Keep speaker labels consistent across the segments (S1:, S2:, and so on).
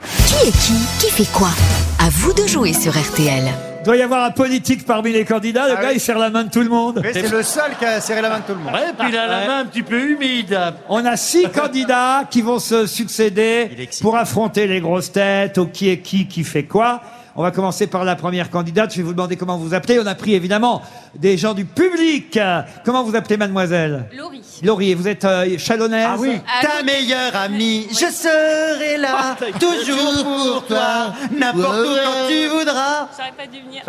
S1: Qui est qui Qui fait quoi À vous de jouer sur RTL.
S2: Il doit y avoir un politique parmi les candidats. Le
S3: Ah
S2: gars,
S3: oui.
S2: il serre la main de tout le monde.
S3: Mais c'est le seul qui a serré la main de tout le monde.
S4: Ouais, puis il a la
S3: Ouais.
S4: main un petit peu humide.
S2: On a six candidats qui vont se succéder
S3: Il est excité.
S2: pour affronter les grosses têtes, au qui est qui, qui fait quoi. On va commencer par la première candidate. Je vais vous demander comment vous appelez. On a pris évidemment des gens du public. Comment vous appelez, mademoiselle
S5: Laurie.
S2: Laurie, vous êtes euh, chalonnaise
S3: Ah oui.
S5: Ah
S3: Ta
S5: oui.
S3: meilleure amie, je serai là, toujours pour toi, n'importe où quand tu voudras.
S5: J'aurais pas dû venir.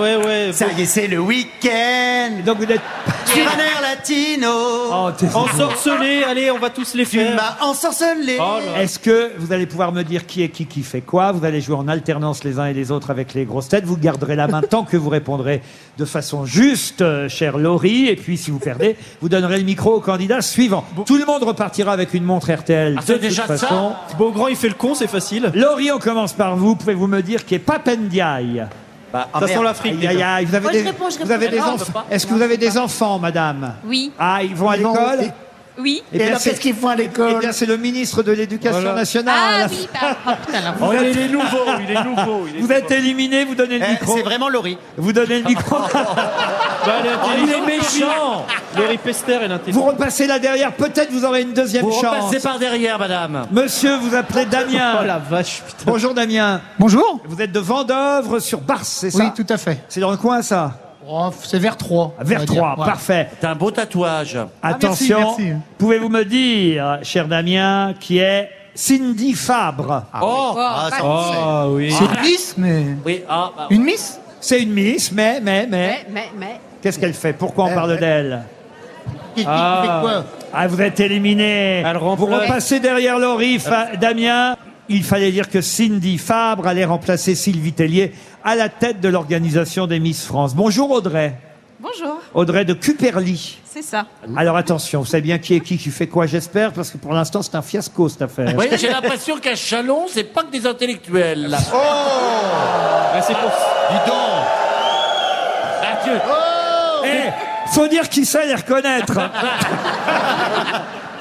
S4: Ouais, ouais.
S3: Ça y est, c'est le week-end.
S2: Donc vous êtes...
S3: Sur un air latino,
S2: Oh, t'es-
S4: Ensorcelé, allez, on va tous les
S3: tu
S4: faire.
S3: m'as ensorcelé.
S4: Oh là.
S2: Est-ce que vous allez pouvoir me dire qui est qui qui fait quoi Vous allez jouer en alternance les uns et les autres avec les grosses têtes. Vous garderez la main tant que vous répondrez de façon juste, euh, chère Laurie. Et puis, si vous perdez, vous donnerez le micro au candidat suivant. Tout le monde repartira avec une montre RTL. de
S4: Ah, c'est
S2: toute
S4: déjà ça
S2: façon.
S4: Beaugrand, il fait le con, c'est facile.
S2: Laurie, on commence par vous. Pouvez-vous me dire qui est Papendiaï
S3: Bah, ah
S4: Ça sent
S3: merde.
S4: l'Afrique.
S2: Aïe, aïe,
S4: déjà.
S2: aïe, Vous avez
S5: Moi, Oh, je
S2: des,
S5: réponds, je
S2: vous avez
S5: réponds.
S2: des
S5: Ah non, on
S2: enfants-
S5: peut pas.
S2: Est-ce que vous avez des enfants, madame
S5: Oui,
S2: Ah, ils vont à l'école
S5: oui.
S2: Eh bien, c'est-
S3: qu'ils font à
S2: eh bien, c'est le ministre de l'Éducation
S4: Voilà.
S2: nationale.
S5: Ah oui, pardon.
S4: Oh, il est nouveau, il est nouveau. il est
S2: Vous êtes éliminé, vous donnez le
S3: Eh,
S2: micro.
S3: C'est vraiment Laurie.
S2: Vous donnez le micro.
S4: nouveau. Bah, elle
S2: il
S4: est
S2: est
S4: intelligente,
S2: méchant.
S4: Laurie. Laurie Pester est
S2: Vous
S4: intelligente.
S2: repassez là derrière, peut-être vous aurez une deuxième chance.
S4: par derrière, madame.
S2: Monsieur, vous appelez Damien.
S4: Oh la vache, putain.
S2: Bonjour Damien.
S6: Bonjour.
S2: Vous êtes de Vendœuvre sur Barse, c'est ça
S6: Oui, tout à fait.
S2: C'est dans le coin ça
S6: Oh, c'est vers 3.
S2: Vers 3, parfait. Ah,
S4: T'as un beau tatouage.
S2: Attention.
S6: Ah, merci, merci.
S2: Pouvez-vous me dire, cher Damien, qui est Cindy Fabre
S4: oh,
S3: Ah, ça, on le sait.
S4: oh, oui.
S6: C'est une miss, mais.
S4: Oui, ah, bah,
S6: Une miss
S2: C'est une miss, mais, mais, mais.
S7: Mais, Eh, mais, mais.
S2: Qu'est-ce qu'elle fait Pourquoi on
S6: Euh,
S2: parle
S6: euh,
S2: d'elle
S6: Qui- qui- qui fait
S4: Ah.
S6: quoi
S2: Ah, vous êtes éliminé.
S4: Elle remplace.
S2: Vous repassez derrière Laurie, Fa- Damien. Il fallait dire que Cindy Fabre allait remplacer Sylvie Tellier à la tête de l'organisation des Miss France. Bonjour Audrey.
S7: Bonjour,
S2: Audrey de Cuperly.
S7: c'est ça.
S2: Alors attention, vous savez bien qui est qui, qui fait quoi, j'espère, parce que pour l'instant c'est un fiasco cette affaire.
S8: Oui, j'ai l'impression qu'à Chalon, c'est pas que des intellectuels. là.
S4: bah, c'est pour
S3: Oh Dis donc.
S8: Ah, Dieu.
S2: Eh, faut dire qui sait les reconnaître.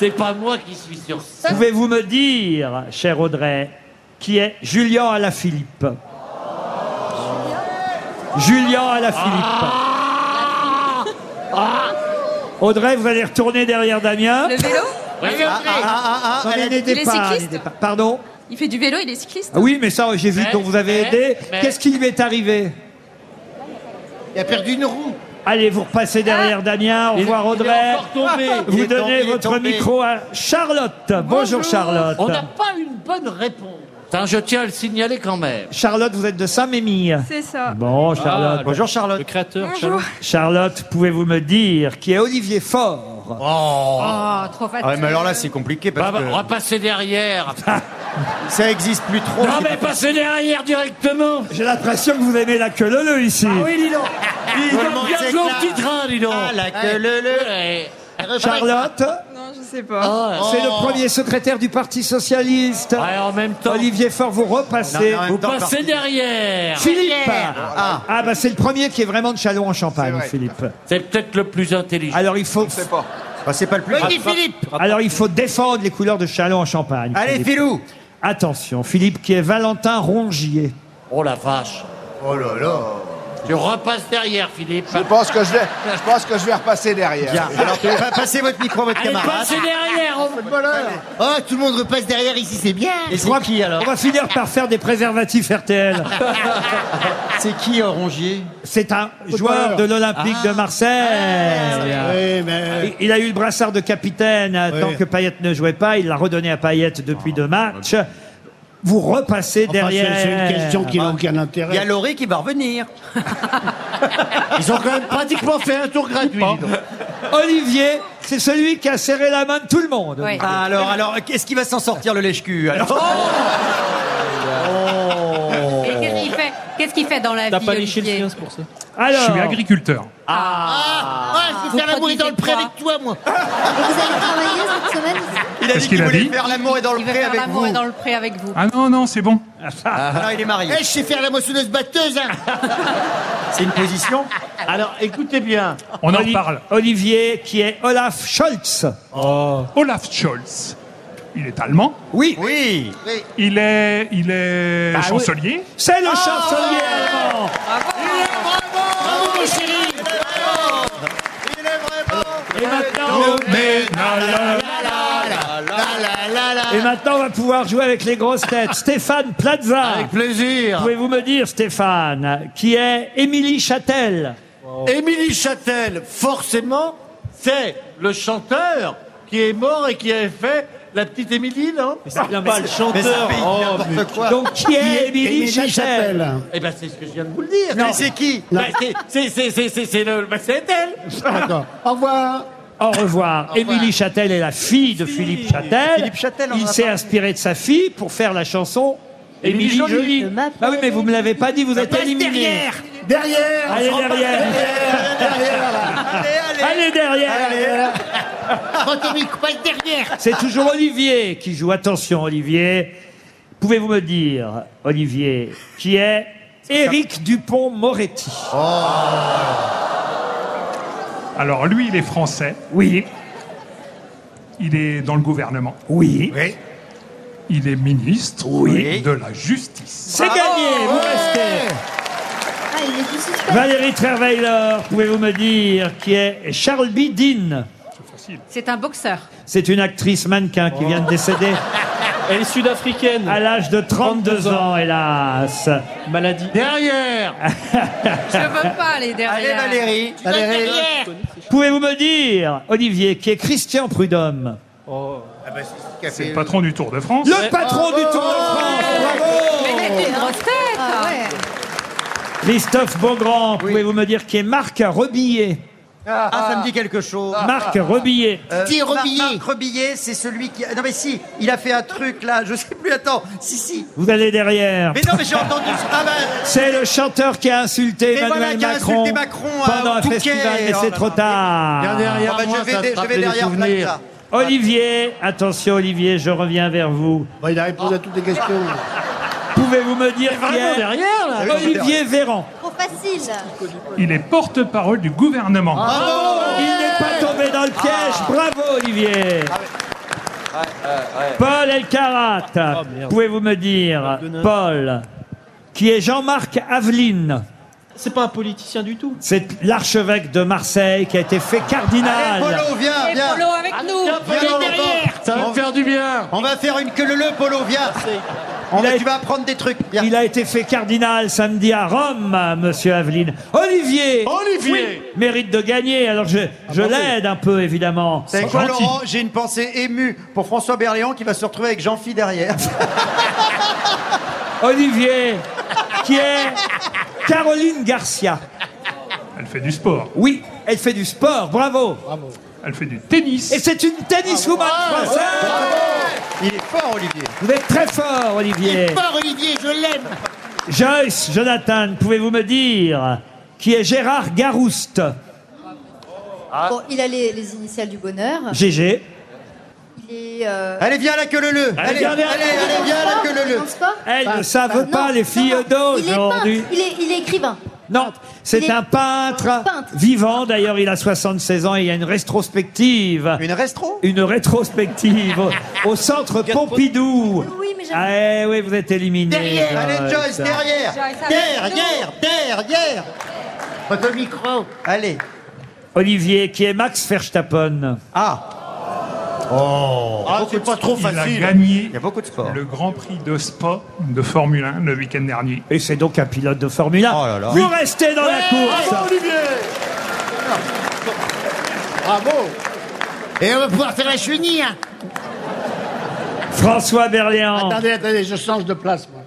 S8: C'est pas moi qui suis sur scène.
S2: Pouvez-vous me dire, cher Audrey, qui est Julien Alaphilippe Julien Alaphilippe. Ah. Audrey, vous allez retourner derrière Damien.
S7: Le vélo
S3: Ah, ah, ah, ah,
S2: Non,
S3: elle
S2: mais
S3: a-
S2: n'aidez
S7: Il est
S2: pas,
S7: cycliste
S2: n'aidez pas. Pardon
S7: Il fait du vélo, il est cycliste.
S3: Oh.
S2: Ah Oui, mais ça, j'ai vu
S8: Mais,
S2: dont vous avez
S8: mais,
S2: aidé.
S8: mais-
S2: Qu'est-ce qui lui est arrivé
S3: Il a perdu une roue.
S2: Allez, vous repassez derrière Damien. Au revoir,
S4: Il est
S2: Audrey.
S4: encore tombé.
S3: Il
S2: Vous
S3: est tombé,
S2: donnez
S3: il est
S2: votre
S3: tombé.
S2: micro à Charlotte. Bonjour, Charlotte.
S8: On n'a pas une bonne réponse. Putain, je tiens à le signaler quand même.
S2: Charlotte, vous êtes de Saint-Mémy.
S7: C'est ça.
S2: Bon, Charlotte.
S4: Ah,
S3: Bonjour Charlotte.
S4: Le créateur,
S7: Bonjour.
S3: Ah.
S4: Charles.
S2: Charlotte, pouvez-vous me dire qui est Olivier Faure
S7: Oh, trop facile.
S3: Ah ouais, mais alors là, c'est compliqué
S8: Bah,
S2: Ah,
S3: parce
S8: bah, on va
S3: que
S8: passer derrière.
S3: ça existe plus
S2: bah,
S3: trop.
S8: Non, mais passer derrière directement.
S2: J'ai l'impression que vous aimez la queue leu leu ici.
S3: Ah
S8: Oui, dis donc. Dis
S3: Tout le
S8: donc,
S3: monde
S8: bien joué au
S3: s'éclate.
S8: petit train, dis donc.
S3: Ah, la queue leu leu.
S8: Ouais.
S2: Charlotte,
S7: Non, je sais pas.
S8: Ah,
S2: c'est
S3: Oh.
S2: le premier secrétaire du Parti Socialiste.
S8: ouais, en même temps,
S2: Olivier Faure, vous repassez.
S3: Ah, Non, mais en même
S8: vous
S3: temps,
S8: passez
S3: parti.
S8: derrière.
S2: Philippe
S3: Ah.
S2: Ah, bah c'est le premier qui est vraiment de Chalon en Champagne,
S3: C'est vrai.
S2: Philippe.
S8: C'est peut-être le plus intelligent.
S2: Alors il faut,
S3: Bah, c'est pas le plus. grave.
S6: Philippe
S2: alors il faut défendre les couleurs de Chalon en Champagne.
S3: Allez, Philou.
S2: Attention, Philippe qui est Valentin Rongier.
S8: Oh la vache.
S9: Oh là là
S8: Tu repasses derrière, Philippe.
S9: Je pense que je vais, je pense que je vais repasser derrière.
S3: Bien. Alors, pa- passez votre micro à votre
S8: Allez,
S3: camarade.
S8: passez derrière. on-
S6: Oh, tout le monde repasse derrière ici, c'est bien
S3: Et c'est qui alors
S2: On va finir par faire des préservatifs RTL.
S3: C'est qui euh, Rongier
S2: C'est un joueur de l'Olympique
S3: Ah.
S2: de Marseille.
S6: Oui, mais.
S2: Il- Il a eu le brassard de capitaine euh, tant que Payet ne jouait pas. Il l'a redonné à Payet depuis deux matchs. Vous repassez derrière.
S6: qui n'a aucun
S3: Il y a
S6: intérêt.
S3: Laurie qui va revenir.
S8: Ils ont quand même pratiquement fait un tour gratuit. dis donc.
S2: Olivier, c'est celui qui a serré la main de tout le monde.
S7: Ouais.
S3: Ah, alors, alors, qu'est-ce qui va s'en sortir le lèche-cul alors
S7: Et qu'est-ce qu'il fait Qu'est-ce qu'il fait dans la vie
S4: T'as pas léché le
S7: Olivier
S4: sien, c'est pour ça.
S2: Alors,
S10: agriculteur.
S6: Ah,
S7: Vous
S6: c'est faire l'amour
S7: produisez
S6: et dans le pré
S7: quoi
S6: avec toi, moi
S3: Il a
S10: Qu'est-ce
S3: dit
S10: qu'il
S3: qu'il
S10: a
S3: voulait
S10: dit
S3: faire l'amour et dans le
S7: Il veut
S3: pré
S7: faire
S3: avec
S7: l'amour
S3: vous.
S7: et dans le pré avec vous.
S10: Ah non, non, c'est bon.
S3: Ah, non, il est marié.
S6: Eh, je sais faire la moissonneuse-batteuse, hein
S3: C'est une position.
S8: Alors, écoutez bien.
S10: On en
S2: Oli-
S10: reparle.
S2: Olivier, qui est Olaf Scholz.
S10: Olaf Scholz.
S5: il est allemand,
S2: Oui,
S3: Oui.
S5: il est, il est
S2: oui.
S5: chancelier.
S2: c'est le chansonnier allemand. Et maintenant, et maintenant, on va pouvoir jouer avec les grosses têtes. Stéphane Plaza.
S8: plaisir.
S2: Pouvez-vous me dire, Stéphane, qui est Émilie Châtel
S8: Oh. Émilie Châtel, forcément, c'est le chanteur qui est mort et qui avait fait la petite Émilie, non
S2: Non, mais
S4: Pas le
S2: c'est-
S4: chanteur. Oh, putain.
S2: Donc, qui est Émilie
S6: Émilie
S2: Châtel
S6: Châtel.
S8: Eh ben, c'est ce que je viens de vous le dire.
S3: Mais c'est qui
S8: Bah, c'est- c'est- c'est- c'est c'est- c'est le. bah, c'est elle.
S6: D'accord. Au revoir.
S2: Au revoir. Émilie Châtel est la fille de Philippe Châtel.
S3: Philippe Châtel, on en
S2: Il
S3: a
S2: s'est
S3: parlé.
S2: inspiré de sa fille pour faire la chanson Émilie
S8: Émilie Joly.
S2: Jolie. Bah oui, mais vous me l'avez pas dit, vous êtes éliminé.
S6: Derrière. Derrière.
S2: Allez derrière.
S3: Allez, allez.
S2: Allez derrière.
S6: Rotomic, passe derrière.
S2: C'est toujours Olivier qui joue. Attention, Olivier. Pouvez-vous me dire, Olivier, qui est Éric Dupont-Moretti
S5: Alors lui, il est français,
S2: Oui,
S5: il est dans le gouvernement,
S2: oui.
S5: il est ministre
S2: Oui.
S5: de la justice.
S2: C'est gagné, vous restez. Valérie Trierweiler, pouvez-vous me dire qui est Charles Bidin
S7: C'est un boxeur.
S2: C'est une actrice mannequin qui vient de décéder
S4: Elle est sud-africaine.
S2: à l'âge de 32 ans, hélas.
S4: Maladie.
S8: Derrière.
S7: Je veux pas aller
S3: Allez,
S7: derrière.
S3: Valérie.
S2: Pouvez-vous me dire, Olivier, qui est Christian Prudhomme
S5: C'est le patron du Tour de France.
S2: Le patron du Tour de France
S7: Mais t'es une grosse tête.
S3: Ah,
S2: Christophe Beaugrand, pouvez-vous me dire qui est Marc Rebillet
S3: Ah, ça me dit quelque chose. Euh,
S2: Marc Rebillet.
S6: Qui
S3: Mar-
S6: Rebillet.
S3: Marc Rebillet, c'est celui qui. Non, mais si, il a fait un truc là, je sais plus, attends. Si, si.
S2: Vous allez derrière.
S3: Mais non, mais j'ai entendu. Ah ben.
S2: C'est le chanteur qui a insulté
S3: Mais voilà,
S2: Emmanuel
S3: qui a
S2: Macron,
S3: insulté Macron à
S2: pendant un
S3: Touquet.
S2: festival, mais
S3: Oh
S2: c'est
S3: là
S2: trop
S3: là.
S2: tard.
S8: Derrière
S3: Ah ben,
S8: moi,
S3: je vais,
S8: ça
S3: dé-
S8: te
S3: je
S8: rappelait
S3: vais
S8: des
S3: derrière
S8: souvenirs.
S3: Plaza.
S2: Olivier, attention Olivier, je reviens vers vous.
S6: Bon, il a répondu à toutes les questions.
S2: Pouvez-vous me dire qui
S8: Vraiment
S2: est
S8: derrière, là.
S2: Olivier Véran
S5: Il est porte-parole du gouvernement.
S2: Il n'est pas tombé dans le
S8: Ah.
S2: piège. Bravo, Olivier. Paul
S8: Oh,
S2: Elkarat. Pouvez-vous me dire, Paul, qui est Jean-Marc Aveline
S4: C'est pas un politicien du tout.
S2: C'est l'archevêque de Marseille qui a été fait
S3: Allez,
S2: cardinal.
S3: Polo, viens,
S7: Et
S3: viens.
S7: Polo avec nous.
S3: Viens,
S8: Derrière. Ça va te faire du bien.
S3: On va faire une queue le le, Polo, viens. On
S2: Il
S3: va-
S2: a-
S3: Tu vas apprendre des trucs. Viens.
S2: Il a été fait cardinal samedi à Rome, monsieur Aveline. Olivier
S8: Olivier.
S2: mérite de gagner. Alors je,
S10: Ah, bah
S2: je l'aide un peu, évidemment.
S3: C'est quoi,
S2: Gentil.
S3: Laurent J'ai une pensée émue pour François Berléand qui va se retrouver avec Jean-Phi derrière.
S2: Olivier, qui est Caroline Garcia.
S5: Elle fait du sport,
S2: Oui, elle fait du sport, bravo.
S5: elle fait du tennis.
S2: Et c'est une
S10: Ah,
S2: tenniswoman française.
S3: Il est fort, Olivier.
S2: Vous êtes très fort, Olivier.
S6: Fort Olivier, je l'aime.
S2: Joyce, Jonathan, pouvez-vous me dire qui est Gérard Garouste
S10: il a les, initiales du bonheur.
S2: GG.
S10: Il est. euh,
S3: Allez, viens à la queue le le. Allez, allez,
S2: viens, viens.
S3: allez, viens à la queue le le.
S10: dans le sport
S2: Elles ne savent pas,
S10: Bah, Non,
S2: les filles
S10: non, non. Il est peintre.
S2: d'aujourd'hui.
S10: Il est, il est écrivain.
S2: Non, c'est
S10: Il est-
S2: un peintre,
S10: Peintre.
S2: vivant. D'ailleurs, il a 76 ans et il y a une rétrospective.
S3: Une restro
S2: Une rétrospective au- au centre Pompidou.
S10: Oui, mais j'aime-
S2: Ah eh oui, vous êtes éliminé. Ah,
S6: Derrière,
S8: Ah,
S3: Allez, Joyce, derrière.
S7: Joyce, avec
S3: Derrière, derrière.
S6: Votre micro.
S3: Allez.
S2: Olivier, qui est Max Verstappen
S3: Ah,
S8: Ah, c'est pas trop
S5: Il a
S8: facile.
S5: gagné
S3: il y a beaucoup de sport.
S5: le Grand Prix de Spa de Formule 1 le week-end dernier.
S2: Et c'est donc un pilote de Formule 1.
S3: Oh là là.
S2: Vous restez dans la course.
S6: Bravo. Et on va pouvoir faire la chenille. hein.
S2: François Berléand.
S6: Attendez, attendez, je change de place. Moi.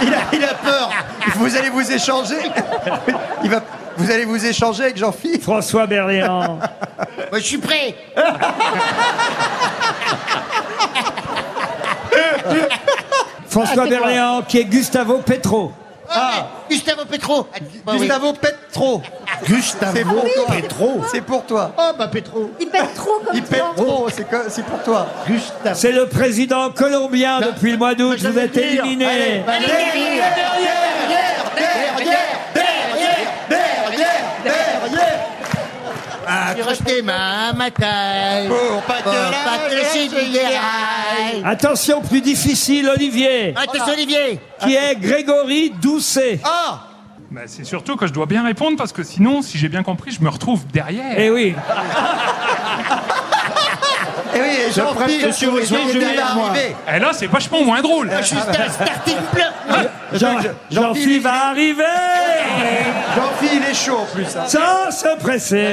S3: Il a, il a peur. Vous allez vous échanger. Il va, vous allez vous échanger avec Jean-Phi.
S2: François Berléand.
S6: Moi, je suis prêt. Ah,
S2: François Berléand, qui est Gustavo Petro.
S6: Gustavo Petro.
S3: Gustavo Petro. C'est
S6: Gustavo
S3: pour toi.
S6: Ah Petro.
S3: C'est pour toi.
S6: Oh, bah Petro.
S10: Il pète trop comme
S3: Il
S10: toi.
S3: pète trop, c'est que- c'est pour toi.
S6: Gustavo.
S2: C'est le président colombien depuis le mois d'août.
S6: Je
S2: Vous
S6: vais
S2: êtes
S6: dire.
S2: éliminé.
S6: Allez, Valérie.
S3: Derrière, derrière, derrière, derrière, derrière.
S6: Accroche-moi ma taille. Pour pas que le chien déraille.
S2: Attention, plus difficile, Olivier.
S6: Ah, Attention, Olivier.
S2: Qui est Grégory Doucet. Ah
S5: Bah, c'est surtout que je dois bien répondre parce que sinon, si j'ai bien compris, je me retrouve derrière.
S2: Eh oui.
S3: Eh oui, et
S5: Je
S3: Jean-Pierre,
S5: prête- je suis obligé,
S3: Jean-Pierre
S5: je vais
S3: est
S5: moi.
S3: arrivé.
S5: Eh là, c'est vachement moins drôle.
S2: Ah, Jean-Philippe va arriver
S3: Jean-Philippe, il est chaud en plus. hein.
S2: Sans se presser,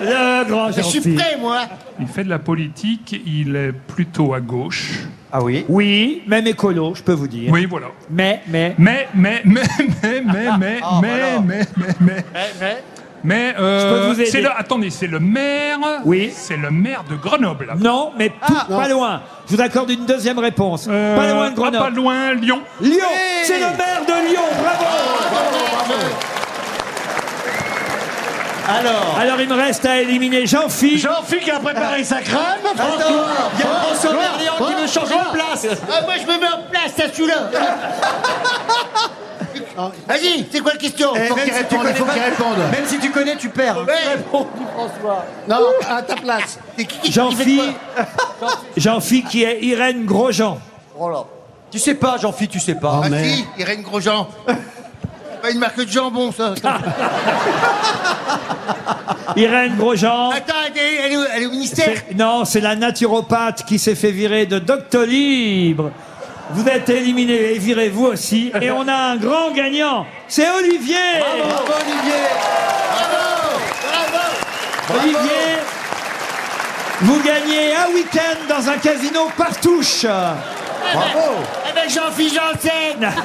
S2: le grand
S6: Je suis
S2: Jean-Philippe.
S6: prêt, moi.
S5: Il fait de la politique, il est plutôt à gauche.
S3: Ah oui
S2: Oui, même écolo, je peux vous dire.
S5: Oui, voilà.
S2: Mais, mais,
S5: Mais, mais, mais, mais, mais,
S2: Ah,
S5: mais, mais, mais, mais, mais, mais,
S2: Eh, Je peux
S5: euh,
S2: vous aider.
S5: c'est le, attendez, c'est le maire.
S2: Oui.
S5: C'est le maire de Grenoble.
S2: non, mais pou-
S3: Ah.
S2: pas loin. Je vous accorde une deuxième réponse.
S5: Euh,
S2: pas loin de
S5: ah, Pas
S2: Grenoble.
S5: loin, Lyon.
S2: Lyon, c'est le maire de Lyon, bravo
S8: Alors,
S2: Alors il me reste à éliminer Jean-Philippe.
S8: Jean-Philippe qui a préparé sa crème,
S3: Attends,
S8: François.
S3: il y a François Berléand qui veut changer de place.
S6: Ah, moi, je me mets en place, t'as celui-là. Vas-y, c'est quoi la question
S3: Eh, même si tu connais pas- Même si tu connais, tu perds.
S6: Non, à ta place. C'est qui qui-
S2: Jean-Philippe Jean-Philippe qui est Irène Grosjean.
S3: Tu sais pas, Jean-Philippe, tu sais pas.
S6: Ah si, Irène Grosjean. C'est pas une marque de jambon, ça.
S3: Ah.
S2: Irène Grosjean.
S6: Attends, elle est, elle est au- elle est au ministère.
S2: C'est- Non, c'est la naturopathe qui s'est fait virer de Doctolib. Vous êtes éliminé et virez vous aussi. Et on a un grand gagnant, c'est Olivier.
S3: Bravo, Olivier.
S2: Olivier, vous gagnez un week-end dans un casino par touche.
S3: Bravo.
S6: Avec Eh ben, Jean-Philippe Janssen.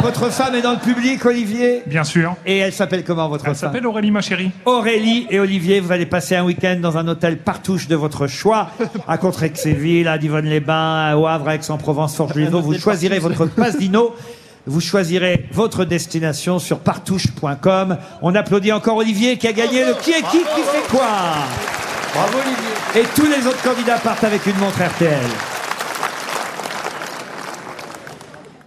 S2: Votre femme est dans le public, Olivier.
S5: Bien sûr.
S2: Et elle s'appelle comment votre
S5: Elle
S2: femme
S5: s'appelle Aurélie, ma chérie.
S2: Aurélie et Olivier, vous allez passer un week-end dans un hôtel partouche de votre choix, à Contrexéville, à Divonne-les-Bains, à Havre, à Aix-en-Provence, Forges-les-Eaux. Vous choisirez votre passe dino. Vous choisirez votre destination sur partouche.com. On applaudit encore Olivier qui a gagné le qui est qui qui fait quoi.
S3: Bravo,
S2: Et
S3: Olivier.
S2: tous les autres candidats partent avec une montre RTL.